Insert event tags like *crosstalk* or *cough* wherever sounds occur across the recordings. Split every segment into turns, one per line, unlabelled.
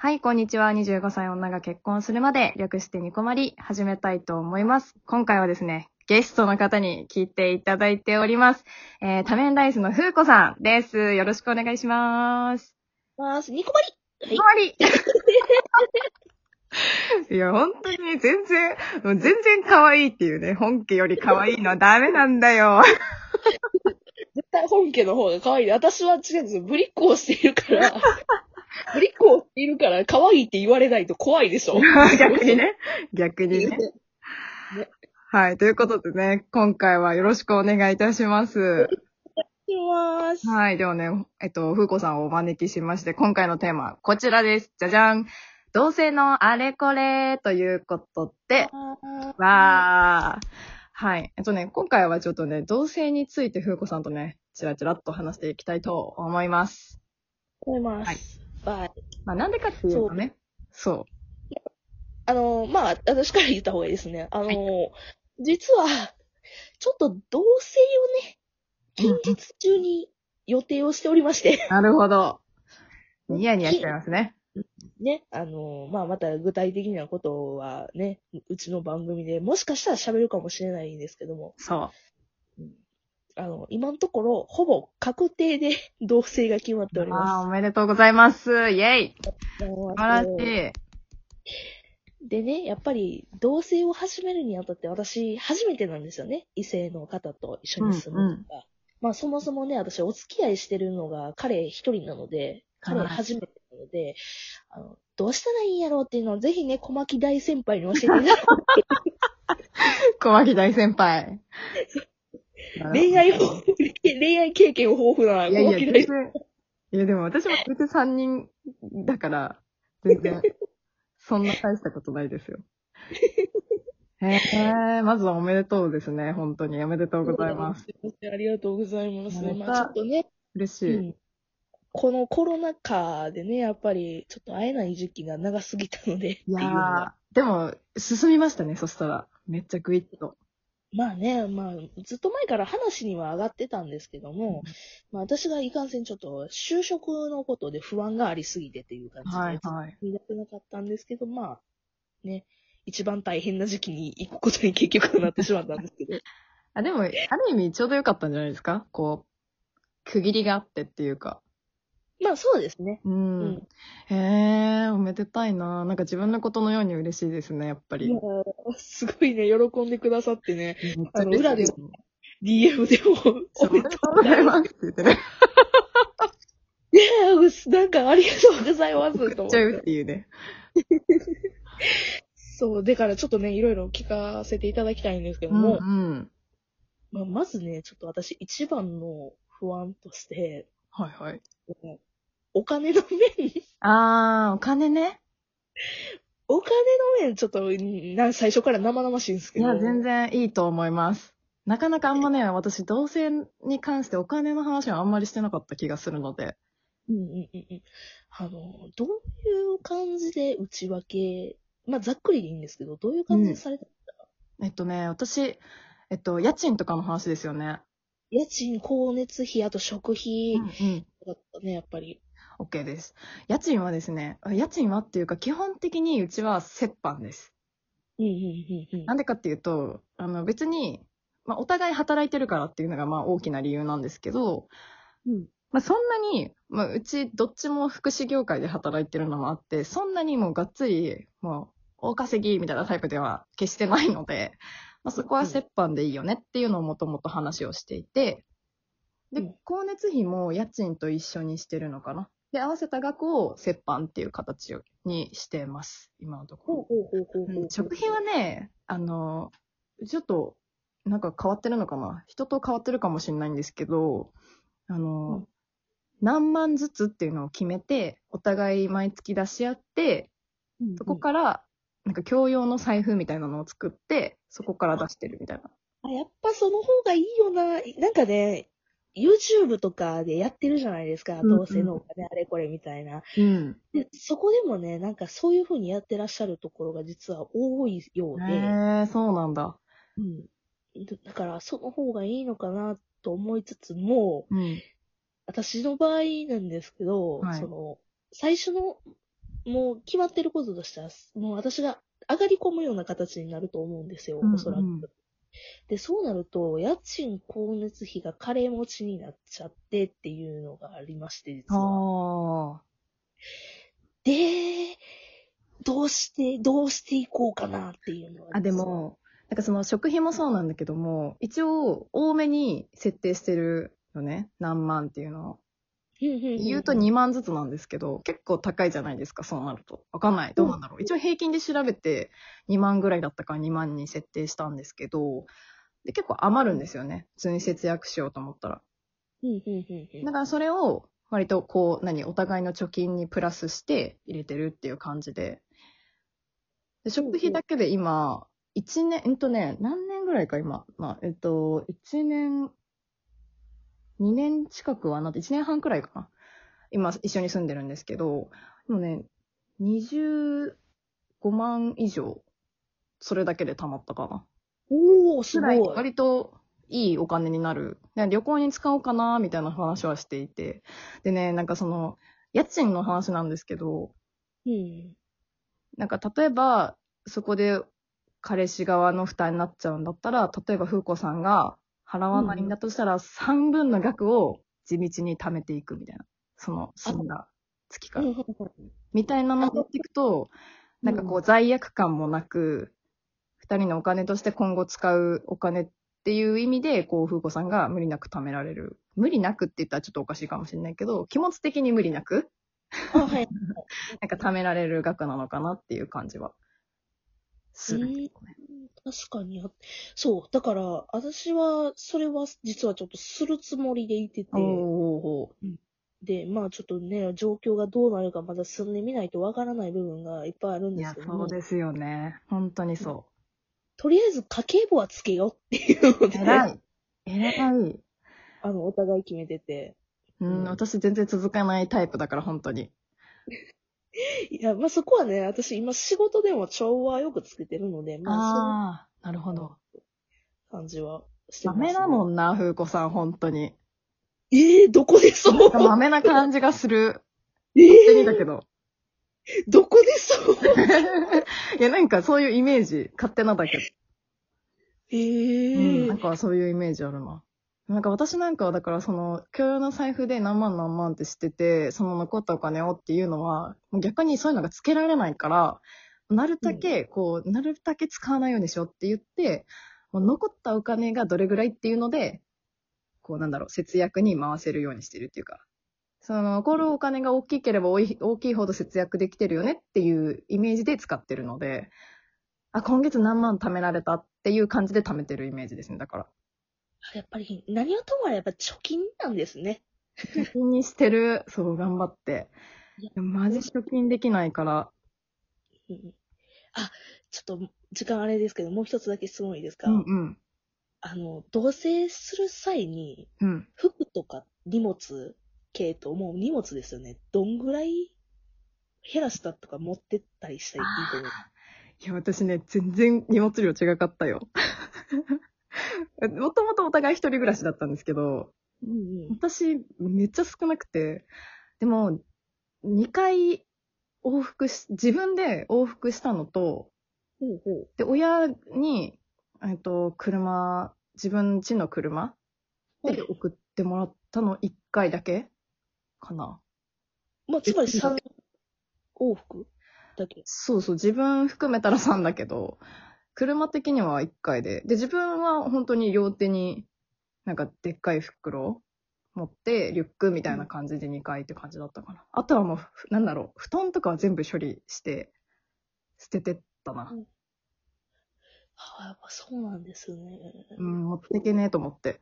はい、こんにちは。25歳女が結婚するまで、略してニコマリ、始めたいと思います。今回はですね、ゲストの方に聞いていただいております。えー、多面ライスのふうこさんです。よろしくお願いします。
まーす。ニコマリはい
ニコマリ *laughs* いや、本当にね、全然、もう全然可愛いっていうね、本家より可愛いのはダメなんだよ。 *laughs*
絶対本家の方が可愛い。私は違うんですよ。ぶりっ子をしている *laughs* から。ぶりっ子をしているから、可愛いって言われないと怖いで *laughs* しょ。
逆にね。逆にね。はい。ということでね、今回はよろしくお願いいたします。
います。
はい。ではね、えっと、ふうこさんをお招きしまして、今回のテーマ、こちらです。じゃじゃん。同性のあれこれということで、わー。はい。えっとね、今回はちょっとね、同性についてふうこさんとね、ちらちらっと話していきたいと思います。
思います。はい。
まあ、なんでかっていうとね、そう。
あのー、まあ、私から言った方がいいですね。あのー、実は、ちょっと同性をね、近日中に予定をしておりまして。
なるほど。ニヤニヤしちゃいますね。
ね、あの、まあ、また具体的なことはね、うちの番組でもしかしたら喋るかもしれないんですけども、
そう。
あの、今のところ、ほぼ確定で *laughs* 同性が決まっており
あー
ま
おめでとうございます。イェイ
す。素
素晴 *laughs* らしい。
でね、やっぱり同性を始めるにあたって私、初めてなんですよね。異性の方と一緒に住むとか。まあ、そもそもね、私、お付き合いしてるのが彼一人なので、彼
はい
初めてなので、あの、どうしたらいいんやろうっていうのをぜひね、小牧大先輩に教えていただき
小牧大先 *laughs* 輩。
恋愛を、恋愛経験豊富な、
いやいや、全
小牧大先
然。いや、でも私も別に3人だから、全 *laughs* 然、そんな大したことないですよ。へえまずはおめでとうですね。本当に。おめでとうございます。
輩ありがとうございます。
また
まあちょっとね、
嬉し
う
い。
ん、このコロナ禍でね、やっぱりちょっと会えない時期が長すぎたので、
いや
っていうの
ー
は、
でも、進みましたね、そしたら。めっちゃグイッと。
まあね、まあ、ずっと前から話には上がってたんですけども、まあ私がいかんせんちょっと就職のことで不安がありすぎてっていう感じで、
はいはい。
見なくなかったんですけど、まあ、ね、一番大変な時期に行くことに結局なってしまったんです
*laughs*
けど、
あ、でも、ある意味ちょうどよかったんじゃないですかこう、区切りがあってっていうか。
まあそうですね。
うん。へえ、おめでたいな。なんか自分のことのように嬉しいですね、やっぱり。
いやーすごいね、喜んでくださってね、
めっち
あの裏で
嬉しい
DM でも、 *laughs*
お
おめ
め
で
で
と
と
う
う
ご
ご
ざ
ざ
い
い
ま。
ますすって言ってね。
いやー、なんかありがとうございます、と
言
思
っちゃう
っ。
ってていうね。
そう、だからちょっとね、いろいろ聞かせていただきたいんですけど
うん
も、
うん。
まあ、まずね、ちょっと私一番の不安として、
はいはい。
お金の面、 *laughs*
あー、お金ね。
お金の面、ちょっと、な最初から生々しいんですけ
い
ど。
や、全然いいと思います。なかなかあんまね、私、同性に関してお金の話はあんまりしてなかった気がするので。
うんうんうんうん。あの、どういう感じで内訳、まあ、ざっくりでいいんですけど、どういう感じでされて、
えっとね、私、えっと、家賃とかの話ですよね。
家賃、光熱費、あと食費、
うんうん。
だったね、やっぱり。
OK です。家賃はですね、あ家賃はっていうか、基本的にうちは折半です。
うんうんうんうん
なんでかっていうと、あの別に、まあ、お互い働いてるからっていうのがまあ大きな理由なんですけど、
うん
まあ、そんなに、まあ、うちどっちも福祉業界で働いてるのもあって、そんなにもうがっつり、もう大稼ぎみたいなタイプでは決してないので、まあ、そこは折半でいいよねっていうのをもともと話をしていて、で
うん、
光熱費も家賃と一緒にしてるのかな。で、合わせた額を折半っていう形にしてます、今のところ
ほう。ほうほうほうほ
う。
うん
食品はね、あの、ちょっと、なんか変わってるのかな人と変わってるかもしれないんですけど、あの、
うん
何万ずつっていうのを決めて、お互い毎月出し合って、
うんうん
そこから、なんか共用の財布みたいなのを作って、そこから出してるみたいな。
あやっぱその方がいいよな。なんかね、YouTube とかでやってるじゃないですか。
うんうん
同性のお金あれこれみたいな。
うん。
で、そこでもね、なんかそういう風にやってらっしゃるところが実は多いようで。
へえ、そうなんだ。
うん。だだから、その方がいいのかなと思いつつも、
うん。
私の場合なんですけど、
はい
その、最初のもう決まってることとしては、もう私が上がり込むような形になると思うんですよ、
うんうん
おそらく。で、そうなると、家賃、光熱費がカレー持ちになっちゃってっていうのがありまして、実は。
あ
で、どうして、どうしていこうかなっていうのは。
あ。あ、で、も、なんかその食費もそうなんだけども、一応多めに設定してるよね。何万っていうのを。言
言
うと2万ずつなんですけど、結構高いじゃないですか、そうなると。わかんない。どうなんだろう。一応平均で調べて2万ぐらいだったから2万に設定したんですけど、で結構余るんですよね。普通に節約しようと思ったら。
うんうんうんうん
だからそれを割とこう、何、お互いの貯金にプラスして入れてるっていう感じで。で食費だけで今、1年、うんとね、何年ぐらいか今、まあ、えっと、1年、2年近くはなって、1年半くらいかな。今、一緒に住んでるんですけど、でもね、25万以上、それだけで貯まったかな。
おー、す
ぐ
ご
らい
い。
割といいお金になる。ね旅行に使おうかな、みたいな話はしていて。でね、なんかその、家賃の話なんですけど、
うん。
なんか例えば、そこで彼氏側の負担になっちゃうんだったら、例えば風子さんが払わないんだとしたら、半分の額を地道に貯めていくみたいな。その、住んだ月から。みたいなのを持っていくと、なんかこう罪悪感もなく、二、人のお金として今後使うお金っていう意味で、こう、風子さんが無理なく貯められる。無理なくって言ったらちょっとおかしいかもしれないけど、気持ち的に無理なく、
あ、はい。
なんか貯められる額なのかなっていう感じは。する、ね。
確かに。そう。だから、私は、それは、実はちょっとするつもりでいてて、
おーお
で、まあちょっとね、状況がどうなるかまだ進んでみないとわからない部分がいっぱいある
ー
ん
い
で
や
すけ、ど
そ
も
う、ですよね。本当にそ
とりあえず家計簿はつけようっていうの
う。
で、
偉い。偉い。
あの、お互い決めてて。
うん、私全然続かないタイプだから、本当に。
いや、まあそこはね、私今仕事でも調和よくつけてるので、まあ
ああー、なるほど。
そういう感じはして
ダ
ます、ね。
メだもんな、風子さん、本当に。
ええどこでそう
なんかマメな感じがする。
え
勝手に
え
だけど。
どこでそう
いや、なんかそういうイメージ、勝手なだけど。
え
うん、
え
なんかそういうイメージあるな。なんか私なんかはだからその、共用の財布で何万何万って知ってて、その残ったお金をっていうのは、もう逆にそういうのがつけられないから、なるだけ、こう、なるだけ使わないようにしようって言って、もう残ったお金がどれぐらいっていうので、こうなんだろう、節約に回せるようにしてるっていうか、その残るお金が大きければ多い大きいほど節約できてるよねっていうイメージで使ってるので、あ、今月何万貯められたっていう感じで貯めてるイメージですね、だから。
やっぱり、何をともあれやっぱ貯金なんですね。
貯金にしてる。そう、頑張って。でもマジ貯金できないから。
うんあ、ちょっと、時間あれですけど、もう一つだけ質問いいですか、
うんうん。
あの、同棲する際に、
うん。
服とか荷物系と、もう荷物ですよね。どんぐらい減らしたとか持ってったりしたいっていうと
いや、私ね、全然荷物量違かったよ。 *laughs* もともとお互い一人暮らしだったんですけど、
うんうん。
私、めっちゃ少なくて、でも、2回往復し、自分で往復したのと、
ほうほう。
で、親に、えっと、車、自分家の車で送ってもらったの1回だけかな。
まあ、つまり3往復だけ。
そうそう、自分含めたら3だけど、車的には1回で。で、自分は本当に両手に、なんかでっかい袋持って、リュックみたいな感じで2回って感じだったかな。あとはもうふ、なんだろう、布団とかは全部処理して、捨ててったな。
ああ、やっぱそうなんですね。
うん、持ってけねえと思って。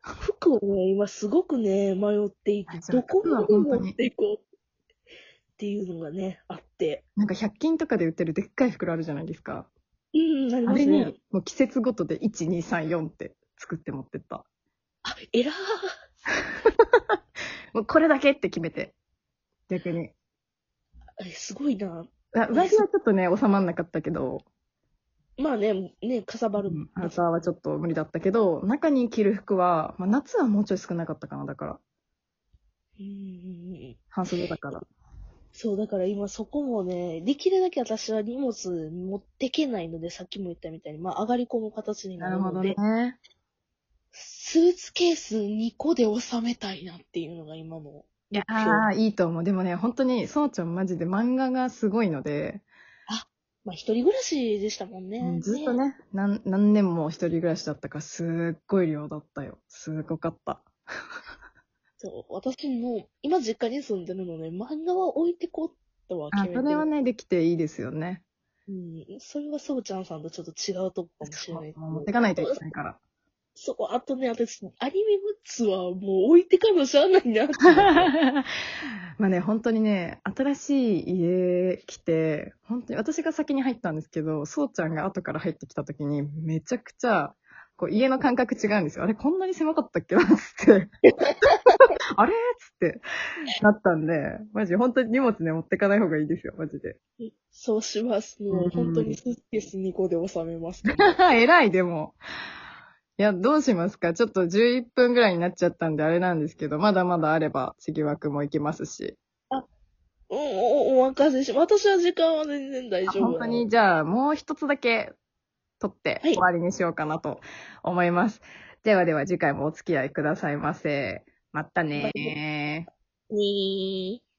服をね、今すごくね、迷っていて
あ、そう
どこまで
服は本当に
持っていこうっていうのがね、あって。
なんか100均とかで売ってるでっかい袋あるじゃないですか。
うん、なり
あ
ます
れ
ね
に。、もう季節ごとで1、2、3、4って作って持ってった。
あ、えらー。
もうこれだけって決めて。逆に。
あすごいな。
あ上着はちょっとね、収まんなかったけど。
まあね、ね、かさばる。
アウターはちょっと無理だったけど、中に着る服は、まあ、夏はもうちょい少なかったかな、だから。
うんうんうん
半袖だから。
そう、だから今そこもね、できるだけ私は荷物持ってけないので、さっきも言ったみたいに、まあ上がり込む形にな
なる
る
ほ
の
ど
で、
ね。
スーツケース2個で収めたいなっていうのが今の。
いやー、いいと思う。でもね、本当に、そうちゃんマジで漫画がすごいので、
まあ一人暮らしでしたもんね。
うんずっと。ね、なん何年も一人暮らしだったから、すっごい量だったよ。すごかった。
そう、私も、今実家に住んでるので、漫画は置いてこうとは決
あ
め、てる。
それはね、できていいですよね。
うん、それはそうちゃんさんとちょっと違うとこかもしれないけど。
持ってかないといけないから。
そこ、あとね、私、アニメグッズはもう置いてかなしゃあないなって。
*laughs* まあね、本当にね、新しい家来て、本当に、私が先に入ったんですけど、そうちゃんが後から入ってきた時に、めちゃくちゃ、こう、家の感覚違うんですよ。あれ、こんなに狭かったっけなっつって。あれっつって、なったんで、マジ、本当に荷物ね、持ってかない方がいいですよ、マジで。 *laughs*
そうします。も
うん
う本当にスーツケース2個で収
*laughs*
めます。
偉い、でも。いや、どうしますかちょっと11分ぐらいになっちゃったんで、あれなんですけど、まだまだあれば、杉枠も行けますし。
うん、お、お任せし、私は時間は全然大丈夫なの。
本当に、じゃあ、もう一つだけ取って
はい
終わりにしようかなと思います。ではでは、次回もお付き合いくださいませ。またねー。
にー。